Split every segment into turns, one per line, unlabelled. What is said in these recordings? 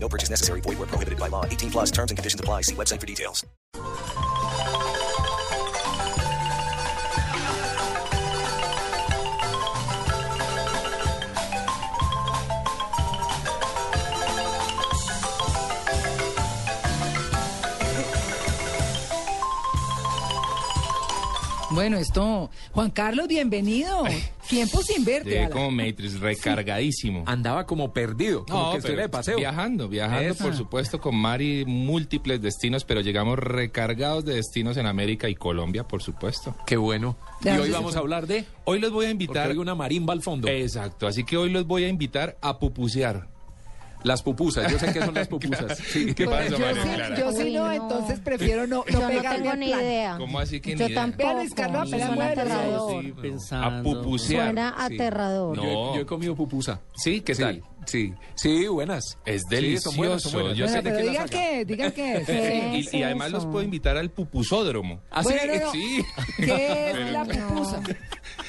No purchase necessary. Void where prohibited by law. 18 plus terms and conditions apply. See website for details.
Bueno, esto. Juan Carlos, bienvenido. Tiempo sin verte.
Llegué
Alan.
como Matrix recargadísimo.
Andaba como perdido, Ah, como que estuviera de paseo.
Viajando, viajando
Eso.
por supuesto con Mari múltiples destinos, pero llegamos recargados de destinos en América y Colombia, por supuesto.
Qué bueno. Y
Claro,
hoy
sí,
vamos
sí.
a hablar de...
Hoy los voy a
Porque Eh,
invitar.
hay una marimba al fondo.
Exacto, así que hoy los voy a invitar a pupusear.
Las pupusas, yo sé que son las pupusas. sí.
¿Qué
Bueno,
pasa,
yo
María
sí,
Clara?
yo sí
Uy,
no,
no.
entonces prefiero no, no
Yo no
pegarme
tengo
al
ni
plan.
idea.
¿Cómo así que
Yo
ni idea?
tampoco.
Vea, Luis Carlos, apenas
Suena
mueve los ojos.
aterrador.
Sí,
A pupusear.
Suena aterrador.
No.
Yo, he- yo he comido pupusa.
Sí, ¿qué
Sí,
tal?
Sí, sí, buenas.
Es
Sí, son buenas,
delicioso.
son buenas.
Yo
Bueno,
sé
pero
¿De quién
digan
la saca?
qué, digan qué. ¿Qué
Y-
es?
es
y, además los
eso?
puedo invitar al pupusódromo.
Ah, sí,
Bueno, no.
sí.
¿Qué es la pupusa?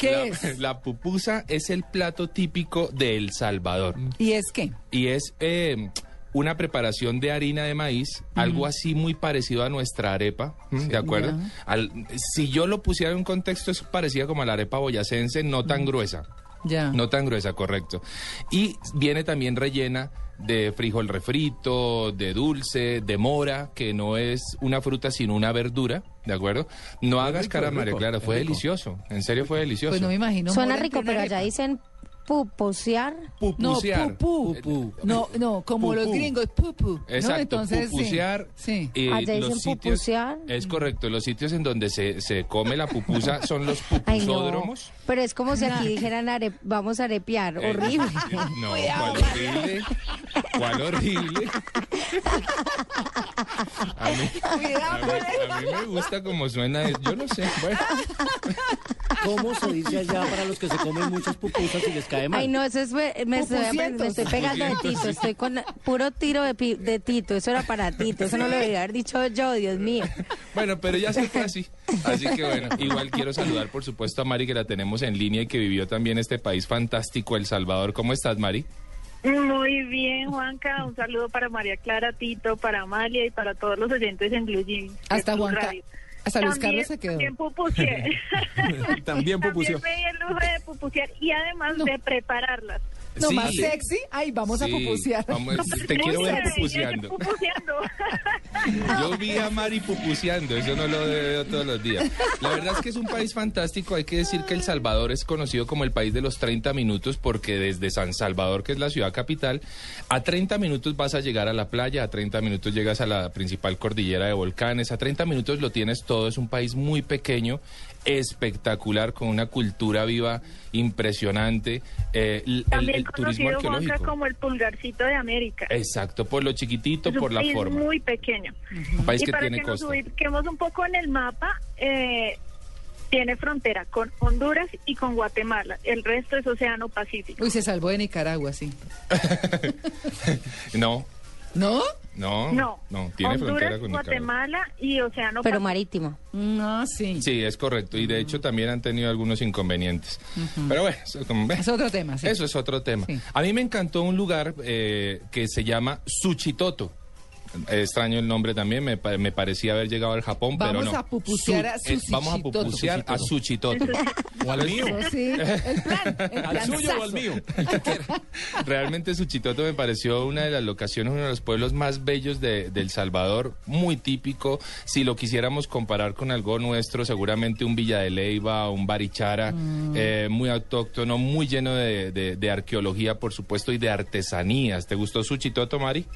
¿Qué
La-
Pues.
es?
La pupusa es el plato típico de El Salvador.
¿Y es qué?
y es eh, una preparación de harina de maíz, algo así muy parecido a nuestra arepa, ¿m? ¿de acuerdo?
Ya.
Al- si yo lo pusiera en un contexto, es parecida como a la arepa boyacense, no tan gruesa,
Ya.
no tan gruesa, correcto. Y viene también rellena de frijol refrito, de dulce, de mora, que no es una fruta sino una verdura, ¿de acuerdo? No hagas
rico,
cara,
es
María
rico,
Clara,
es
fue
rico.
delicioso, en serio fue delicioso.
Pues no me imagino.
Suena
mora
rico,
entre
pero
una
allá
arepa.
dicen puposear.
No,
Pupusear.
pupú.
Pupú.
No, no, como los
Pupú.
gringos, pupú.
Exacto,
¿no? Entonces, sí.
pupusear.
Sí.
eh,
Allá Ah, dicen
los sitios,
pupusear.
Es correcto, los sitios en donde se, se come la pupusa son los
Ay, no.
pupusódromos.
Pero es como si aquí dijeran are- vamos a arepear.
Eh,
Horrible.
eh, no, cuál horrible. Cuál horrible. A mí, a mí- a mí me gusta como suena. eh, Yo no sé. Bueno,
¿Cómo se dice allá para los que se comen muchas pupusas y les cae mal?
Ay, no, eso es. Me, me estoy,
Pupusientos.
me estoy pegando de Tito. Estoy con puro tiro de, pi- de Tito. Eso era para Tito. Eso no lo debería haber dicho yo, Dios mío.
bueno, pero ya se fue así. Así que bueno, igual quiero saludar, por supuesto, a Mari, que la tenemos en línea y que vivió también este país fantástico, El Salvador. ¿Cómo estás, Mari?
Muy bien, Juanca. Un saludo para María Clara, Tito, para Amalia y para todos los oyentes en Blue Jeans.
Hasta
Blue
Juanca.
Radio.
Hasta Luis
También-
Carlos se quedó.
También pupuseé.
También pupuseó.
me di el lujo de pupusear y además de prepararlas.
No,
Sí.
más sexy. Ay, vamos a
Sí,
pupusear.
vamos, te quiero ver
Pupuseé,
pupuseando.
yo pupuseando.
Yo vi a Mari pupuseando, eso no lo veo todos los días. La verdad es que es un país fantástico, hay que decir que El Salvador es conocido como el país de los 30 minutos porque desde San Salvador, que es la ciudad capital, a 30 minutos vas a llegar a la playa, a 30 minutos llegas a la principal cordillera de volcanes, a 30 minutos lo tienes todo, es un país muy pequeño, espectacular, con una cultura viva impresionante, eh, el, el-
También
el turismo
conocido, Juanca,
arqueológico.
como el pulgarcito de América.
Exacto, por lo chiquitito,
Es un
por la
país
forma.
muy pequeño.
País
y
que
para
tiene
que nos
costa.
ubiquemos un poco en el mapa, eh, tiene frontera con Honduras y con Guatemala. El resto es Océano Pacífico.
Uy, se salvó de Nicaragua, sí.
No,
¿No?
No,
No,
tiene
Honduras,
frontera con Nicaragua.
Guatemala y
Pero
Océano Pacífico.
marítimo.
No, sí.
Sí, es correcto. Y de hecho también han tenido algunos inconvenientes. Pero bueno, eso, como ve,
Es otro tema, sí.
eso es otro tema.
Sí.
A mí me encantó un lugar eh, que se llama Suchitoto. Eh, Extraño el nombre también, me, pa- me parecía haber llegado al Japón,
Vamos
pero no.
a pupusear a
eh, Vamos a
Suchitoto.
pupusear a Suchitoto.
O al mío.
Eso sí, el plan, el
Al suyo o
planzazo.
al mío.
Realmente Suchitoto me pareció una de las locaciones, uno de los pueblos más bellos de, de El Salvador, muy típico. Si lo quisiéramos comparar con algo nuestro, seguramente un Villa de Leiva, un Barichara, eh, muy autóctono, muy lleno de, de- de arqueología, por supuesto, y de artesanías. ¿Te gustó Suchitoto, Mari?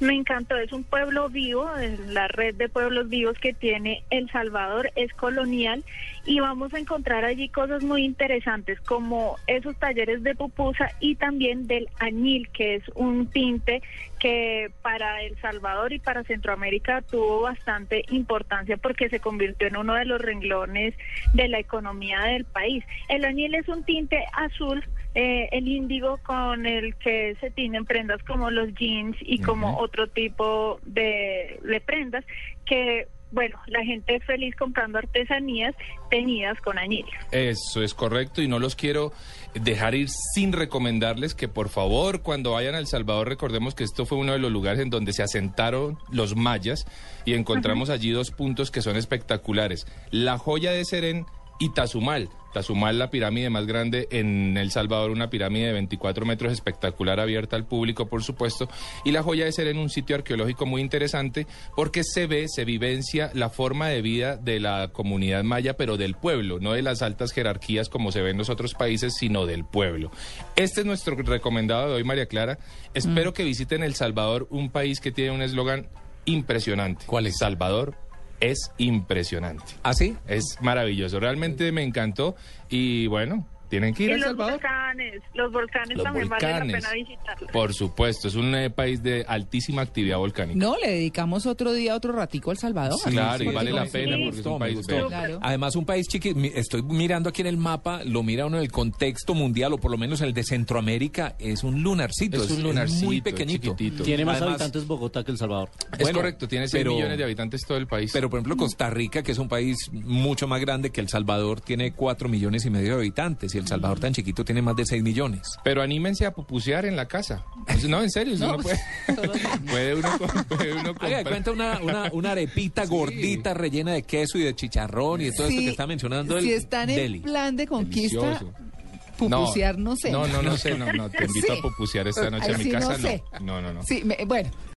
Me encantó, es un pueblo vivo, es la red de pueblos vivos que tiene El Salvador es colonial y vamos a encontrar allí cosas muy interesantes como esos talleres de pupusa y también del añil, que es un tinte que que para El Salvador y para Centroamérica tuvo bastante importancia porque se convirtió en uno de los renglones de la economía del país. El añil es un tinte azul, eh, el índigo con el que se tiñen prendas como los jeans y como otro tipo de, de prendas que... Bueno, la gente es feliz comprando artesanías teñidas con añil.
Eso es correcto y no los quiero dejar ir sin recomendarles que por favor cuando vayan a El Salvador recordemos que esto fue uno de los lugares en donde se asentaron los mayas y encontramos allí dos puntos que son espectaculares. La joya de Serén y Tazumal. Tazumal, la pirámide más grande en El Salvador, una pirámide de 24 metros espectacular, abierta al público, por supuesto. Y la joya de ser en un sitio arqueológico muy interesante porque se ve, se vivencia la forma de vida de la comunidad maya, pero del pueblo, no de las altas jerarquías como se ve en los otros países, sino del pueblo. Este es nuestro recomendado de hoy, María Clara.
Mm.
Espero que visiten El Salvador, un país que tiene un eslogan impresionante.
¿Cuál es?
Salvador es impresionante.
¿Ah, sí?
Es maravilloso, realmente me encantó y bueno, tienen que ir
Y
a El
los
Salvador.
volcanes, los volcanes
Los
también vale la
volcanes.
pena visitarlos.
Por supuesto, es un eh, país de altísima actividad volcánica.
No, le dedicamos otro día, otro ratico al Salvador.
Sí, claro, y
sí,
vale
sí,
la
sí,
pena
me
porque es
gustó,
un
me
país
gustó.
bello.
Claro.
Además, un país chiquito. Estoy mirando aquí en el mapa, lo mira uno en el contexto mundial, o por lo menos el de Centroamérica, es un lunarcito.
Es un lunarcito,
muy pequeñito.
chiquitito.
Tiene más
Además-
habitantes Bogotá que El Salvador.
Es
Bueno,
correcto, tiene 6
pero-
millones de habitantes todo el país.
Pero, por ejemplo, Costa Rica, que es un país mucho más grande que El Salvador, tiene 4 millones y medio de habitantes, y El Salvador tan chiquito tiene más de 6 millones.
Pero anímense a pupusear en la casa. No, en serio, uno puede, puede uno, com- puede uno
Haga
comprar-
de cuenta una, una, una arepita gordita rellena de queso y de chicharrón y de todo esto que está mencionando el
si están en
deli.
plan de conquista,
Delicioso.
pupusear no, sé.
No, no, no sé, no, no, te invito
Sí.
a pupusear esta noche
Ay,
a mi
sí,
casa,
no sé.
no. No, no, no.
Sí, me- bueno,